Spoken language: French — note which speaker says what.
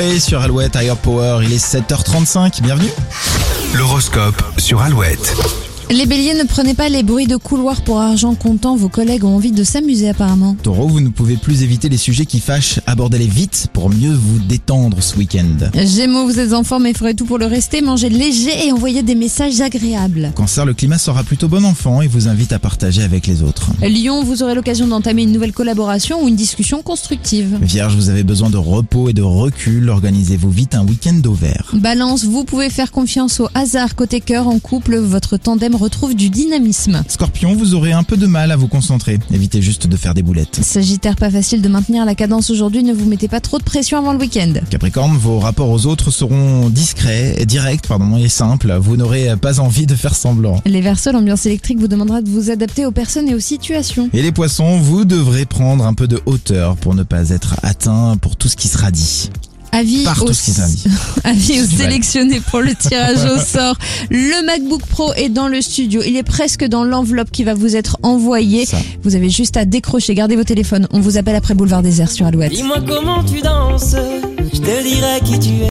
Speaker 1: Vous sur Alouette Higher Power, il est 7h35, bienvenue
Speaker 2: L'horoscope sur Alouette.
Speaker 3: Les béliers, ne prenez pas les bruits de couloir pour argent comptant, vos collègues ont envie de s'amuser apparemment.
Speaker 1: Taureau, vous ne pouvez plus éviter les sujets qui fâchent, abordez-les vite pour mieux vous détendre ce week-end.
Speaker 3: Gémeaux, vous êtes en forme et ferez tout pour le rester, mangez léger et envoyez des messages agréables.
Speaker 1: Cancer, le climat sera plutôt bon enfant et vous invite à partager avec les autres.
Speaker 3: Lyon, vous aurez l'occasion d'entamer une nouvelle collaboration ou une discussion constructive.
Speaker 1: Vierge, vous avez besoin de repos et de recul, organisez-vous vite un week-end au vert.
Speaker 3: Balance, vous pouvez faire confiance au hasard côté cœur en couple, votre tandem retrouve du dynamisme.
Speaker 1: Scorpion, vous aurez un peu de mal à vous concentrer, évitez juste de faire des boulettes.
Speaker 3: Sagittaire, pas facile de maintenir la cadence aujourd'hui, ne vous mettez pas trop de pression avant le week-end.
Speaker 1: Capricorne, vos rapports aux autres seront discrets, directs pardon, et simples, vous n'aurez pas envie de faire semblant.
Speaker 3: Les Verseaux, l'ambiance électrique vous demandera de vous adapter aux personnes et aux situations.
Speaker 1: Et les poissons, vous devrez prendre un peu de hauteur pour ne pas être atteint pour tout ce qui sera dit.
Speaker 3: Avis
Speaker 1: Par
Speaker 3: aux,
Speaker 1: tout ce qui sera dit.
Speaker 3: avis aux
Speaker 1: du mal.
Speaker 3: sélectionnés pour le tirage au sort. Le MacBook Pro est dans le studio. Il est presque dans l'enveloppe qui va vous être envoyée.
Speaker 1: Ça.
Speaker 3: Vous avez juste à décrocher. Gardez vos téléphones. On vous appelle après Boulevard Désert sur Alouette.
Speaker 4: Dis-moi comment tu danses, je te dirai qui tu es.